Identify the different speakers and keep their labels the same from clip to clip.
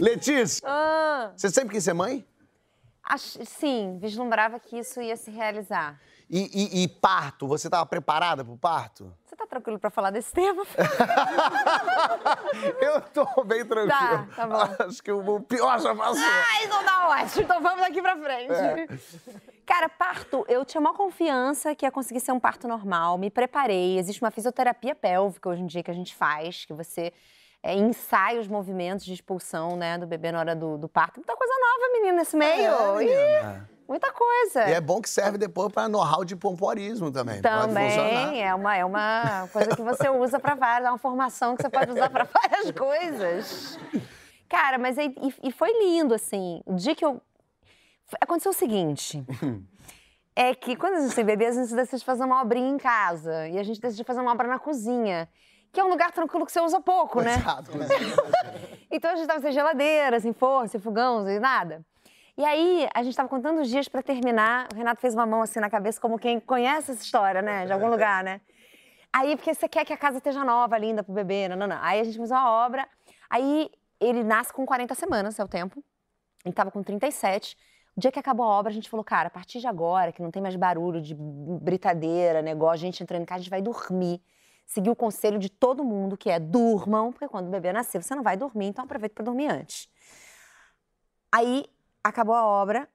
Speaker 1: Letícia,
Speaker 2: Ah,
Speaker 1: você sempre quis ser é mãe?
Speaker 2: ach- sim, vislumbrava que isso ia se realizar.
Speaker 1: E, e- e parto, você estava preparada pro parto?
Speaker 2: Você tá tranquilo pra falar desse tema?
Speaker 1: Eu tô bem tranquilo.
Speaker 2: Tá, tá bom.
Speaker 1: Acho que o pior já passou.
Speaker 2: Ai, não dá ótimo. Então vamos daqui pra frente. Cara, parto, eu tinha maior confiança que ia conseguir ser um parto normal. Me preparei. Existe uma fisioterapia pélvica hoje em dia que a gente faz, que você é, ensaia os movimentos de expulsão né, do bebê na hora do, do parto. Muita coisa nova, menina, nesse meio. Ih,
Speaker 1: É, menina.
Speaker 2: muita coisa.
Speaker 1: E é bom que serve depois pra know-how de pompoarismo também. Pode funcionar.
Speaker 2: Também é uma, é uma coisa que você usa para várias, é uma formação que você pode usar para várias coisas. Cara, mas aí- e, e foi lindo, assim. O dia que eu. Aconteceu o seguinte. É que quando a gente tem bebê, a gente decide fazer uma obrinha em casa. E a gente decidiu fazer uma obra na cozinha. Que é um lugar tranquilo que você usa pouco, né?
Speaker 1: Exato.
Speaker 2: Então a gente tava sem geladeira, sem forno, sem fogão, sem nada. E aí, a gente tava contando os dias pra terminar. O Renato fez uma mão assim na cabeça, como quem conhece essa história, né? De algum lugar, né? Aí, porque você quer que a casa esteja nova, linda pro bebê, não, não, não. Aí a gente fez uma obra. Aí ele nasce com 40 semanas, é o tempo. Ele tava com 37. O dia que acabou a obra, a gente falou, cara, a partir de agora, que não tem mais barulho de britadeira, negócio, gente entrando em casa, a gente vai dormir. Seguir o conselho de todo mundo, que é durmam, porque quando o bebê nascer, você não vai dormir, então aproveita pra dormir antes. Aí acabou a obra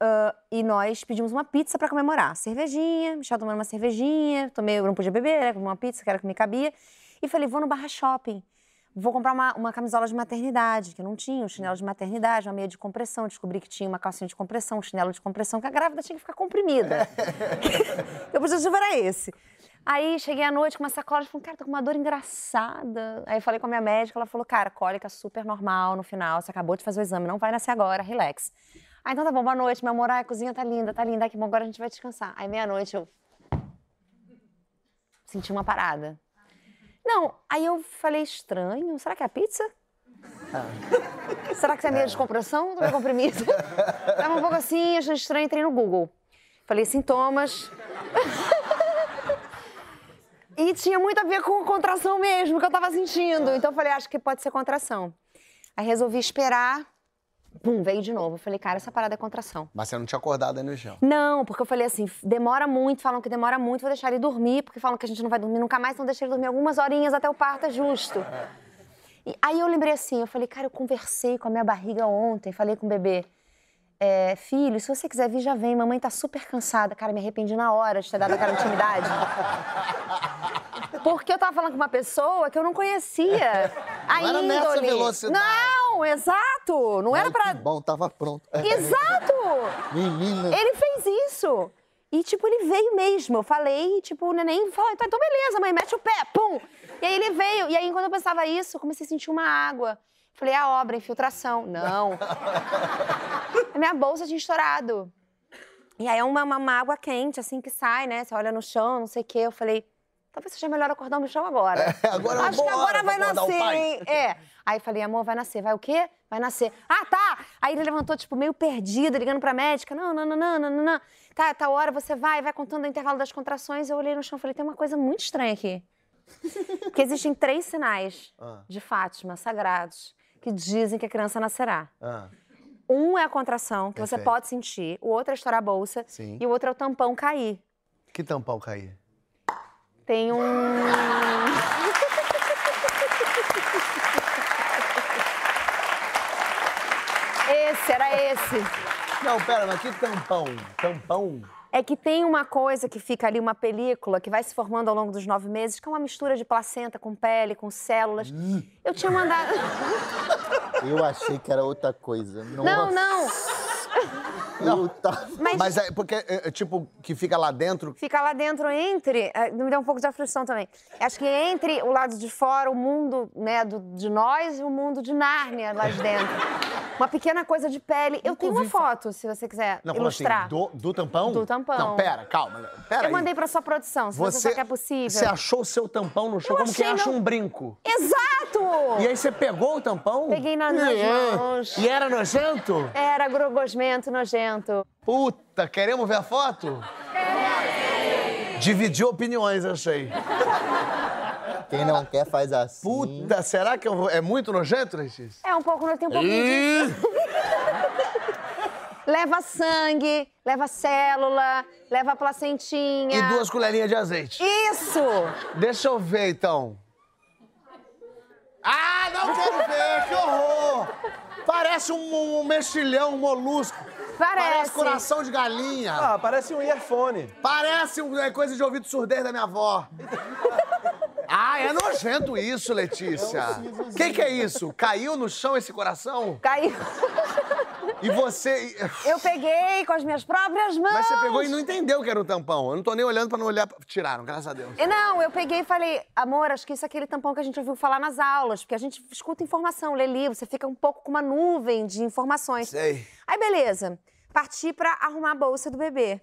Speaker 2: ah, e nós pedimos uma pizza pra comemorar. Cervejinha, Michel tomando uma cervejinha, tomei, eu não podia beber, né? Comi uma pizza, que era o que me cabia. E falei, vou no Barra Shopping. Vou comprar uma, uma camisola de maternidade, que eu não tinha, um chinelo de maternidade, uma meia de compressão. Descobri que tinha uma calcinha de compressão, um chinelo de compressão, que a grávida tinha que ficar comprimida. eu preciso um era esse. Aí cheguei à noite com uma sacola e falei, cara, tô com uma dor engraçada. Aí falei com a minha médica, ela falou, cara, cólica super normal no final, você acabou de fazer o exame, não vai nascer agora, relax. Aí então tá bom, boa noite, meu amor, ai, a cozinha tá linda, tá linda, ai, que bom, agora a gente vai descansar. Aí meia-noite eu senti uma parada. Não, aí eu falei, estranho, será que é a pizza? Será que você é meio de compressão? Tô meio comprimido. Tava um pouco assim, achei estranho, entrei no Google. Falei, sintomas. e tinha muito a ver com contração mesmo, que eu tava sentindo. Então eu falei, acho que pode ser contração. Aí resolvi esperar. Pum, veio de novo. Eu falei, cara, essa parada é contração.
Speaker 1: Mas você não tinha acordado aí no chão.
Speaker 2: Não, porque eu falei assim, demora muito, falam que demora muito, vou deixar ele dormir, porque falam que a gente não vai dormir nunca mais, então deixa ele dormir algumas horinhas até o parto, é justo. E aí eu lembrei assim, eu falei, cara, eu conversei com a minha barriga ontem, falei com o bebê, é, filho, se você quiser vir, já vem, mamãe tá super cansada. Cara, me arrependi na hora de ter dado aquela intimidade. Porque eu tava falando com uma pessoa que eu não conhecia a
Speaker 1: Não era
Speaker 2: índole.
Speaker 1: nessa velocidade.
Speaker 2: Não, exato! Não era pra...
Speaker 1: Bom, tava pronto.
Speaker 2: Exato!
Speaker 1: Menina.
Speaker 2: Ele fez isso. E, tipo, ele veio mesmo. Eu falei, tipo, o neném falou, então, então beleza, mãe, mete o pé, pum. E aí ele veio. E aí, enquanto eu pensava isso, eu comecei a sentir uma água. Falei, "É a obra, infiltração. Não. a minha bolsa tinha estourado. E aí é uma, uma, uma água quente, assim, que sai, né? Você olha no chão, não sei o quê. Eu falei, talvez seja melhor acordar o Michel agora.
Speaker 1: É, agora é uma
Speaker 2: Acho
Speaker 1: boa
Speaker 2: que agora
Speaker 1: hora pra
Speaker 2: vai
Speaker 1: acordar o
Speaker 2: nascer,
Speaker 1: pai.
Speaker 2: hein? É. Aí falei, amor, vai nascer. Vai o quê? Vai nascer. Ah, tá! Aí ele levantou, tipo, meio perdido, ligando pra médica. Não, não, não, não, não, não, não. Tá, tá hora, você vai, vai contando o intervalo das contrações. Eu olhei no chão e falei, tem uma coisa muito estranha aqui. Porque existem três sinais
Speaker 1: Ah.
Speaker 2: de Fátima, sagrados, que dizem que a criança nascerá.
Speaker 1: Ah,
Speaker 2: Um é a contração, que você
Speaker 1: Perfeito.
Speaker 2: pode sentir. O outro é estourar a bolsa.
Speaker 1: Sim.
Speaker 2: E o outro é o tampão cair.
Speaker 1: que tampão cair?
Speaker 2: Tem um. Esse, era esse.
Speaker 1: Não, pera, mas que tampão? Tampão?
Speaker 2: É que tem uma coisa que fica ali, uma película, que vai se formando ao longo dos nove meses, que é uma mistura de placenta com pele, com células. Eu tinha mandado.
Speaker 3: Eu achei que era outra coisa. tá. Não,
Speaker 2: Não, não!
Speaker 3: Eu tava...
Speaker 2: Mas,
Speaker 1: Mas é porque, é, é, tipo, que fica lá dentro.
Speaker 2: fica lá dentro entre. eh, Me deu um pouco de aflição também. Acho que entre o lado de fora, o mundo né, do- de nós e o mundo de Nárnia lá de dentro. Uma pequena coisa de pele. Eu tenho uma foto, se você quiser
Speaker 1: como assim?
Speaker 2: ilustrar.
Speaker 1: do, do tampão?
Speaker 2: Do tampão.
Speaker 1: Não, pera, calma. Pera
Speaker 2: Eu mandei pra sua produção, se você, achar que é possível.
Speaker 1: Você achou o seu tampão no chão?
Speaker 2: Eu
Speaker 1: Como quem
Speaker 2: achei,
Speaker 1: acha
Speaker 2: não.
Speaker 1: um brinco?
Speaker 2: Exato!
Speaker 1: E aí você pegou o tampão? É.
Speaker 2: Peguei na- nas mãos.
Speaker 1: E era nojento?
Speaker 2: Era grogosmento, nojento.
Speaker 1: Puta, queremos ver a foto? Dividiu opiniões, achei.
Speaker 3: Quem não quer faz assim.
Speaker 1: Puta, será que eu vou- é muito nojento, Letícia?
Speaker 2: É um pouco, não tem um pouquinho de... Leva sangue, leva célula, leva placentinha.
Speaker 1: E duas colherinhas de azeite.
Speaker 2: Isso!
Speaker 1: Deixa eu ver, então. Ah, não quero ver! Que horror! Parece um, um mexilhão, um molusco.
Speaker 2: Parece.
Speaker 1: Parece coração de galinha.
Speaker 4: Ah, parece um earphone.
Speaker 1: Parece um- é coisa de ouvido surdez da minha avó. Ah, é nojento isso, Letícia. O que, que é isso? Caiu no chão esse coração?
Speaker 2: Caiu.
Speaker 1: E você...
Speaker 2: Eu peguei com as minhas próprias mãos.
Speaker 1: Mas você pegou e não entendeu que era um tampão. Eu não tô nem olhando pra não olhar... pra- Tiraram, graças a Deus.
Speaker 2: E Não, eu peguei e falei, amor, acho que isso é aquele tampão que a gente ouviu falar nas aulas, porque a gente escuta informação, lê livro, você fica um pouco com uma nuvem de informações.
Speaker 1: Sei.
Speaker 2: Aí, beleza. Parti pra arrumar a bolsa do bebê.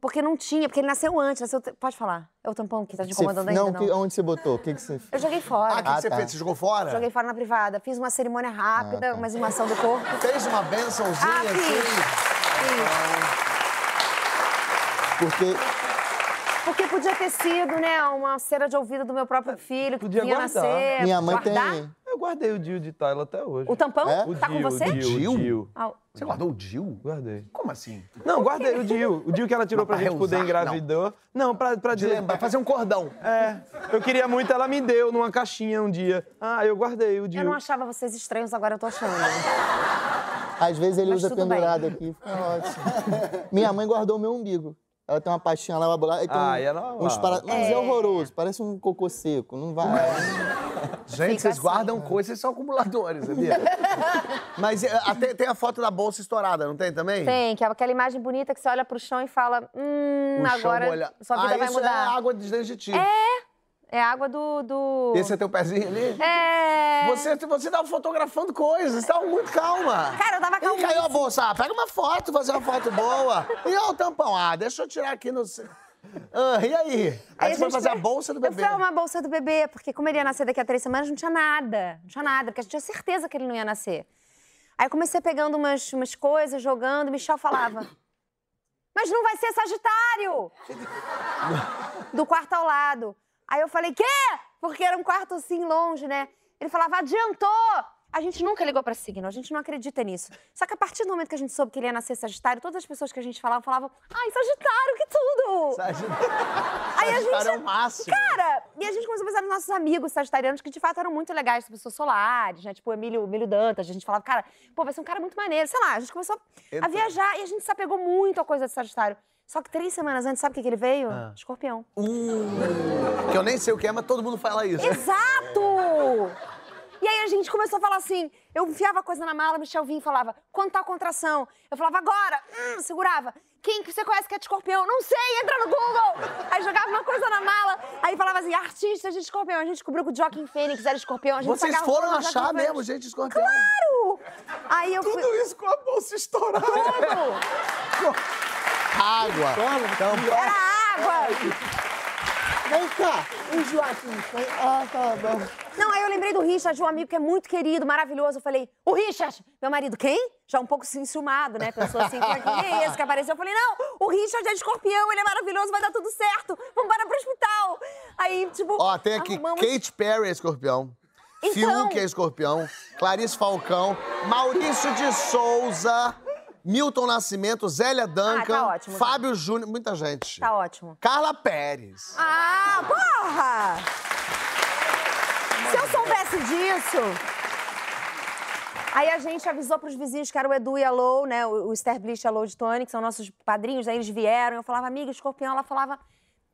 Speaker 2: Porque não tinha, porque ele nasceu antes. nasceu- Pode falar. É o tampão que tá te
Speaker 3: Você-
Speaker 2: incomodando ainda,
Speaker 3: não,
Speaker 2: não?
Speaker 3: que- onde você botou? O que, que você
Speaker 2: Eu
Speaker 3: fez?
Speaker 2: joguei fora.
Speaker 1: Ah, o que, que você
Speaker 3: tá.
Speaker 1: fez? Você jogou fora?
Speaker 2: Joguei fora na privada. Fiz uma cerimônia rápida,
Speaker 3: Ah, tá.
Speaker 2: uma exumação do corpo.
Speaker 1: Fez uma bençãozinha
Speaker 2: Ah,
Speaker 1: assim.
Speaker 2: Fiz.
Speaker 3: Porque
Speaker 2: Porque podia ter sido, né, uma cera de ouvido do meu próprio filho, que
Speaker 4: Podia
Speaker 2: ia
Speaker 4: guardar.
Speaker 2: nascer.
Speaker 3: minha mãe
Speaker 2: É, guardar.
Speaker 3: tem.
Speaker 4: Eu guardei o Dio de Tyler até hoje.
Speaker 2: O tampão?
Speaker 3: É?
Speaker 4: O
Speaker 2: Tá com
Speaker 4: Dio,
Speaker 2: você?
Speaker 4: O Dio, o
Speaker 1: Dio?
Speaker 4: Dio.
Speaker 2: Ah,
Speaker 1: Você guardou o Dil?
Speaker 4: Guardei.
Speaker 1: Como assim?
Speaker 4: Não, guardei o Dio. O Dio que ela tirou
Speaker 1: Mas
Speaker 4: pra
Speaker 1: pra
Speaker 4: gente poder
Speaker 1: reusar?
Speaker 4: engravidou. Não, pra, pra
Speaker 1: De
Speaker 4: dizer.
Speaker 1: lembrar, fazer um cordão.
Speaker 4: É, eu queria muito, ela me deu numa caixinha um dia. Ah, eu guardei o Dio.
Speaker 2: eu não achava vocês estranhos, agora eu tô achando.
Speaker 3: Às vezes ele
Speaker 2: Mas
Speaker 3: usa
Speaker 2: tudo bem. É
Speaker 3: pendurado aqui. Fica ótimo. minha mãe guardou o meu umbigo. Ela tem uma pastinha lá, uma bolacha. aí tem
Speaker 4: Ah,
Speaker 3: um-
Speaker 4: e ela-
Speaker 3: uns para... Mas
Speaker 2: É.
Speaker 3: é horroroso, parece um cocô seco. Não vai.
Speaker 1: Gente,
Speaker 2: Fica
Speaker 1: vocês
Speaker 2: assim.
Speaker 1: guardam coisas, vocês são acumuladores, sabia? Mas é, até, tem a foto da bolsa estourada, não tem também?
Speaker 2: Tem, que é aquela imagem bonita que você olha pro chão e fala, hum,
Speaker 1: O chão
Speaker 2: agora
Speaker 1: molha-
Speaker 2: sua vida
Speaker 1: ah,
Speaker 2: vai
Speaker 1: isso é
Speaker 2: mudar.
Speaker 1: água desde ti. É.
Speaker 2: É a água do... do...
Speaker 1: Esse é teu pezinho ali?
Speaker 2: É...
Speaker 1: Você, você tava fotografando coisas, você tava muito calma.
Speaker 2: Cara, eu tava
Speaker 1: E
Speaker 2: calmíssima.
Speaker 1: caiu a bolsa, ah, pega uma foto, fazer uma foto boa. E olha o tampão, ah, deixa eu tirar aqui no... Ah, e aí? Aí, você foi
Speaker 2: a gente
Speaker 1: fazer a
Speaker 2: foi-
Speaker 1: bolsa do bebê.
Speaker 2: Eu fui arrumar a bolsa do bebê, porque como ele ia nascer daqui a três semanas, não tinha nada. Não tinha nada, porque a gente tinha certeza que ele não ia nascer. Aí eu comecei pegando umas, umas coisas, jogando, o Michel falava. Mas não vai ser Sagitário! Do quarto ao lado. Aí eu falei, quê? Porque era um quarto assim longe, né? Ele falava, adiantou! A gente nunca ligou pra signo, a gente não acredita nisso. Só que a partir do momento que a gente soube que ele ia nascer Sagitário, todas as pessoas que a gente falava falavam, ai, Sagitário, que tudo! Aí a gente.
Speaker 1: Sagitário é o máximo.
Speaker 2: Cara, e a gente começou a pensar nos nossos amigos sagitarianos, que de fato eram muito legais, tipo, pessoas solares, né? Tipo, o Emílio, Emílio Dantas. A gente falava, cara, pô, vai ser um cara muito maneiro. Sei lá, a gente começou a
Speaker 1: Então.
Speaker 2: viajar e a gente se apegou muito à coisa de Sagitário. Só que três semanas antes, sabe o que, que ele veio?
Speaker 1: Ah.
Speaker 2: Escorpião.
Speaker 1: Que eu nem sei o que é, mas todo mundo fala isso.
Speaker 2: Exato! E aí a gente começou a falar assim, eu enfiava a coisa na mala, o Michel vinha e falava, quanto tá a contração? Eu falava, agora! Hum, segurava. Quem que você conhece que é de escorpião? Não sei, entra no Google! Aí jogava uma coisa na mala, aí falava assim, artistas de escorpião. A gente descobriu que o Joaquim Fênix era escorpião. A gente
Speaker 1: Vocês
Speaker 2: sacava
Speaker 1: foram
Speaker 2: todos os
Speaker 1: achar
Speaker 2: Joaquim Fênix.
Speaker 1: mesmo, gente, escorpião.
Speaker 2: Claro! Aí eu fui...
Speaker 1: isso com a bolsa estourada.
Speaker 2: Tudo!
Speaker 1: Água. Então,
Speaker 2: Era água!
Speaker 3: Vem cá, o Joaquim. foi- Ah, tá bom.
Speaker 2: Não, aí eu lembrei do Richard, um amigo que é muito querido, maravilhoso. Eu falei, o Richard, meu marido, quem? Já um pouco se enciumado, né? Pensou assim, "Ué, quem é esse que apareceu? Eu falei, não, o Richard é de escorpião, ele é maravilhoso, vai dar tudo certo. Vamos para pro hospital. Aí, tipo,
Speaker 1: ó, tem aqui
Speaker 2: arrumamos-
Speaker 1: Kate Perry é escorpião.
Speaker 2: Então.
Speaker 1: Fiuk é escorpião. Clarice Falcão. Maurício de Souza. Milton Nascimento. Zélia Duncan.
Speaker 2: ótimo, tá.
Speaker 1: Fábio Júnior. Muita gente.
Speaker 2: Tá ótimo.
Speaker 1: Carla Pérez.
Speaker 2: Ah, porra! Se eu soubesse disso... Aí a gente avisou pros vizinhos que era o Edu e a Lou, né? O o Esther Blitz e a Lou de Tony, que são nossos padrinhos. Aí eles vieram, eu falava, amiga, escorpião. Ela falava,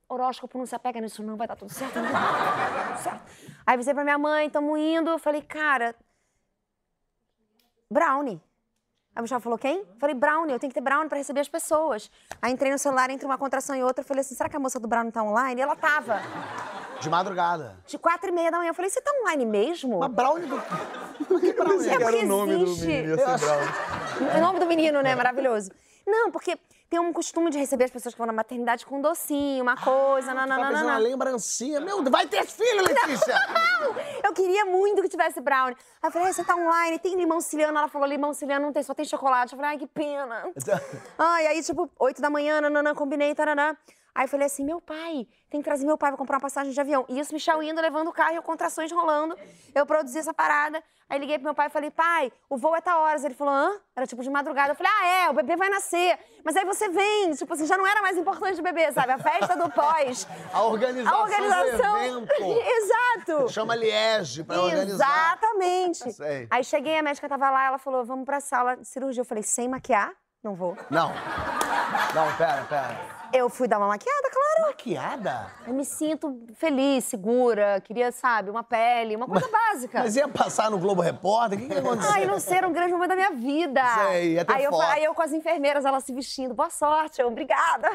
Speaker 2: horóscopo, não se apega nisso não, vai dar tudo certo. Não. Vai dar tudo certo. Aí avisei pra minha mãe, tamo indo. Eu falei, cara, brownie. Aí o Michel falou, quem? Eu falei, brownie, eu tenho que ter brownie pra receber as pessoas. Aí entrei no celular, entre uma contração e outra, eu falei assim, será que a moça do brownie tá online? E ela tava.
Speaker 1: De madrugada.
Speaker 2: De quatro e meia da manhã. Eu falei, você tá online mesmo?
Speaker 1: Mas Brownie do... Que Brownie
Speaker 2: É
Speaker 1: é?
Speaker 2: porque existe. O nome do menino, né? Maravilhoso. Não, porque tem um costume de receber as pessoas que vão na maternidade com um docinho, uma coisa,
Speaker 1: Tá pensando uma
Speaker 2: nananana.
Speaker 1: lembrancinha. Meu, Deus, vai ter filho, Letícia!
Speaker 2: Eu queria muito que tivesse brownie. Aí eu falei, "Ah, você tá online, tem limão siciliano? Ela falou, limão siciliano não tem, só tem chocolate. Eu falei, ai, que pena. Ai, aí, tipo, oito da manhã, nananã, combinei, taranã. Aí eu falei assim: meu pai, tem que trazer meu pai pra comprar uma passagem de avião. E isso me chauindo, levando o carro e eu contrações rolando. Eu produzi essa parada. Aí liguei pro meu pai e falei: pai, o voo é tá horas. Ele falou: hã? Era tipo de madrugada. Eu falei: ah, é, o bebê vai nascer. Mas aí você vem. Tipo assim, já não era mais importante o bebê, sabe? A festa do pós.
Speaker 1: A organização,
Speaker 2: A organização. é
Speaker 1: do evento.
Speaker 2: Exato.
Speaker 1: Chama Liege pra organizar.
Speaker 2: Exatamente.
Speaker 1: Sei.
Speaker 2: Aí cheguei, a médica tava lá, ela falou: vamos pra sala de cirurgia. Eu falei, sem maquiar? Não vou.
Speaker 1: Não. Não, pera, pera.
Speaker 2: Eu fui dar uma maquiada, claro.
Speaker 1: Maquiada?
Speaker 2: Eu me sinto feliz, segura, queria, sabe, uma pele, uma coisa básica.
Speaker 1: Mas ia passar no Globo Repórter? O que, que aconteceu?
Speaker 2: Ai, não ser um grande momento da minha vida.
Speaker 1: Sei, ia ter
Speaker 2: aí, eu,
Speaker 1: foto.
Speaker 2: aí eu com as enfermeiras, elas se vestindo. Boa sorte, eu, obrigada.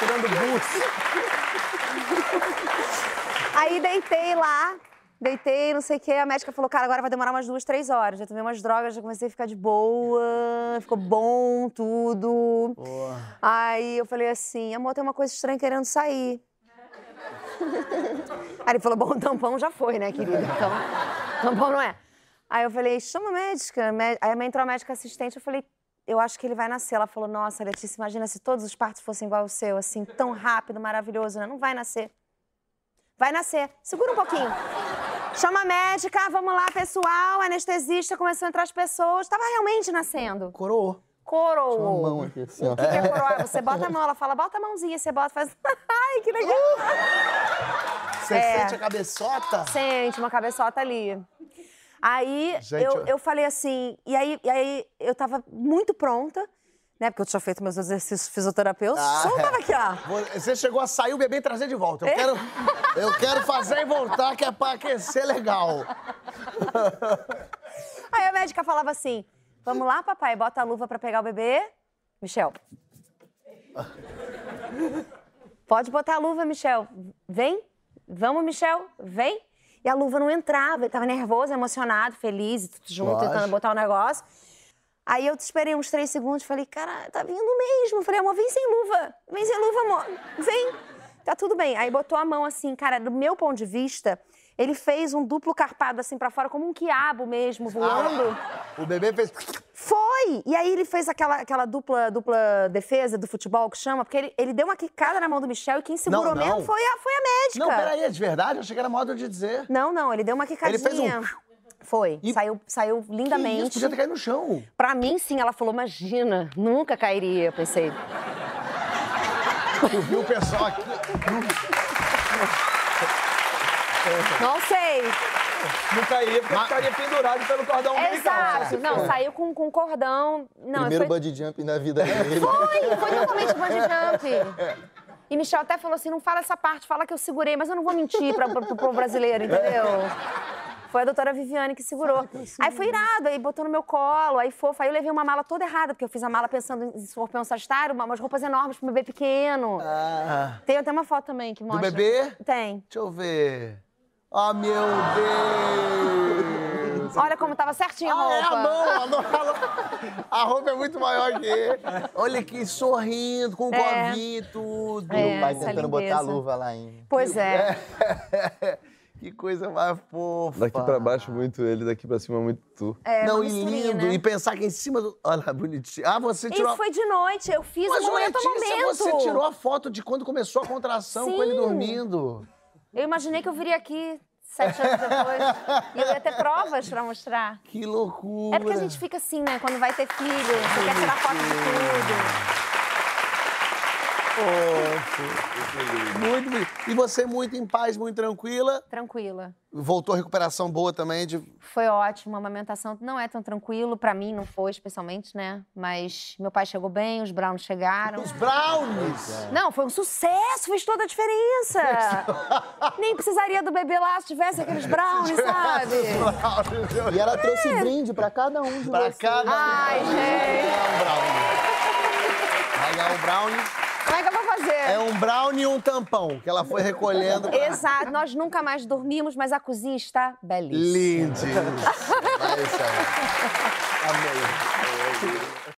Speaker 1: Tirando bus.
Speaker 2: Aí deitei lá, deitei, não sei o quê. A médica falou, cara, agora vai demorar umas duas, três horas. Já tomei umas drogas, já comecei a ficar de boa, ficou bom tudo. Aí eu falei assim, amor, tem uma coisa estranha querendo sair. Aí ele falou, bom, o tampão já foi, né, querida? Então, tampão não é. Aí eu falei, chama a médica. Mé- Aí entrou a médica assistente, eu falei, eu acho que ele vai nascer. Ela falou, nossa, Letícia, imagina se todos os partos fossem igual ao seu, assim, tão rápido, maravilhoso, né? Não vai nascer. Vai nascer. Segura um pouquinho. Chama a médica, vamos lá, pessoal. Anestesista começou a entrar as pessoas. Tava realmente nascendo.
Speaker 1: Coroou.
Speaker 2: Coroa.
Speaker 3: Uma mão aqui, assim, ó.
Speaker 2: O que é coroa? Você bota a mão, ela fala, bota a mãozinha, você bota, faz. Ai, que legal.
Speaker 1: Você
Speaker 2: É.
Speaker 1: sente a cabeçota?
Speaker 2: Sente uma cabeçota ali. Aí
Speaker 1: Gente,
Speaker 2: eu,
Speaker 1: eu-
Speaker 2: eu falei assim, e aí, e aí eu tava muito pronta, né? Porque eu tinha feito meus exercícios fisioterapeutas.
Speaker 1: Ah,
Speaker 2: Só
Speaker 1: é.
Speaker 2: tava aqui, ó.
Speaker 1: Você chegou a sair o bebê e trazer de volta. Eu quero, eu quero fazer e voltar, que é pra aquecer legal.
Speaker 2: Aí a médica falava assim: Vamos lá, papai, bota a luva pra pegar o bebê. Michel. Pode botar a luva, Michel. Vem. Vamos, Michel. Vem. E a luva não entrava. Ele tava nervoso, emocionado, feliz, tudo junto,
Speaker 1: Lógico.
Speaker 2: tentando botar o negócio. Aí eu esperei uns três segundos, falei, cara, tá vindo mesmo. Falei, amor, vem sem luva. Vem sem luva, amor. Vem. Tá tudo bem. Aí botou a mão assim, cara, do meu ponto de vista, ele fez um duplo carpado assim pra fora, como um quiabo mesmo,
Speaker 1: Ah.
Speaker 2: voando.
Speaker 1: O bebê fez.
Speaker 2: Foi! E aí ele fez aquela, aquela dupla, dupla defesa do futebol que chama, porque ele, ele deu uma quicada na mão do Michel e quem segurou
Speaker 1: não.
Speaker 2: mesmo foi a, foi a médica.
Speaker 1: Não, peraí, é de verdade? Eu achei que era modo de dizer.
Speaker 2: Não, não, ele deu uma quicadinha.
Speaker 1: fez um-
Speaker 2: Foi,
Speaker 1: E-
Speaker 2: saiu, saiu
Speaker 1: Que isso,
Speaker 2: lindamente.
Speaker 1: podia ter caído no chão.
Speaker 2: Pra mim, sim, ela falou, imagina, nunca cairia, eu pensei.
Speaker 1: Tu viu o pessoal aqui?
Speaker 2: Não sei.
Speaker 4: Não cairia porque
Speaker 1: Mas-
Speaker 4: ficaria pendurado pelo cordão umbilical.
Speaker 2: Exato.
Speaker 1: né?
Speaker 2: Não, saiu com, com cordão. Não, foi...
Speaker 3: Primeiro
Speaker 2: É,
Speaker 3: bungee jump na vida dele.
Speaker 2: Foi, foi totalmente bungee jump. E Michel até falou assim: não fala essa parte, fala que eu segurei, mas eu não vou mentir pra, pro, pro brasileiro, entendeu? Foi a doutora Viviane que segurou. Aí foi irado, aí botou no meu colo, aí fofa. Aí eu levei uma mala toda errada, porque eu fiz a mala pensando em escorpião sagitário, uma- umas roupas enormes pro bebê pequeno. Tem até uma foto também que mostra.
Speaker 1: Ah. bebê?
Speaker 2: Tem.
Speaker 1: Deixa eu ver. Ah, meu Deus!
Speaker 2: Olha como tava certinha a
Speaker 1: Ah, é
Speaker 2: roupa.
Speaker 1: a mão, a mão, a mão. A roupa é muito maior que ele. Olha aqui, sorrindo, com o
Speaker 2: É.
Speaker 1: govinho e tudo.
Speaker 2: É,
Speaker 3: o pai
Speaker 2: essa
Speaker 3: tentando botar a
Speaker 2: lindeza.
Speaker 3: luva lá ainda.
Speaker 2: Pois é.
Speaker 1: que coisa mais fofa.
Speaker 5: Daqui pra baixo muito ele, daqui pra cima muito tu.
Speaker 2: é
Speaker 1: Não,
Speaker 2: uma
Speaker 1: e
Speaker 2: misturinha,
Speaker 1: lindo.
Speaker 2: né?
Speaker 1: E pensar que em cima do. Olha lá, bonitinho. Ah, você tirou.
Speaker 2: Isso foi de noite, eu fiz
Speaker 1: Mas,
Speaker 2: um
Speaker 1: ô,
Speaker 2: momento a
Speaker 1: Letícia,
Speaker 2: momento.
Speaker 1: você tirou a foto de quando começou a contração com ele
Speaker 2: Sim.
Speaker 1: dormindo.
Speaker 2: Eu imaginei que eu viria aqui sete anos depois. e eu ia ter provas pra mostrar.
Speaker 1: Que loucura.
Speaker 2: É porque a gente fica assim, né? Quando vai ter filho, você quer tirar foto de tudo.
Speaker 1: Muito bonito. E você muito em paz, muito tranquila.
Speaker 2: Tranquila.
Speaker 1: Voltou a recuperação boa também de.
Speaker 2: Foi ótimo, a amamentação não é tão tranquilo, pra mim não foi, especialmente, né? Mas meu pai chegou bem, os Browns chegaram.
Speaker 1: Os brownies!
Speaker 2: Não, foi um sucesso, fez toda a diferença. Nem precisaria do bebê lá se tivesse aqueles Browns, sabe?
Speaker 1: Brownies, eu-
Speaker 3: E ela trouxe
Speaker 2: É.
Speaker 3: brinde pra cada um de
Speaker 1: Pra
Speaker 3: vocês.
Speaker 1: cada
Speaker 2: Ai, gente.
Speaker 1: É um brownie. Vai ganhar um brownie.
Speaker 2: Como é que eu vou fazer?
Speaker 1: É um brownie e um tampão que ela foi recolhendo.
Speaker 2: Exato. Nós nunca mais dormimos, mas a cozinha está belíssima.
Speaker 1: Lindes. Vai, isso aí. Amei.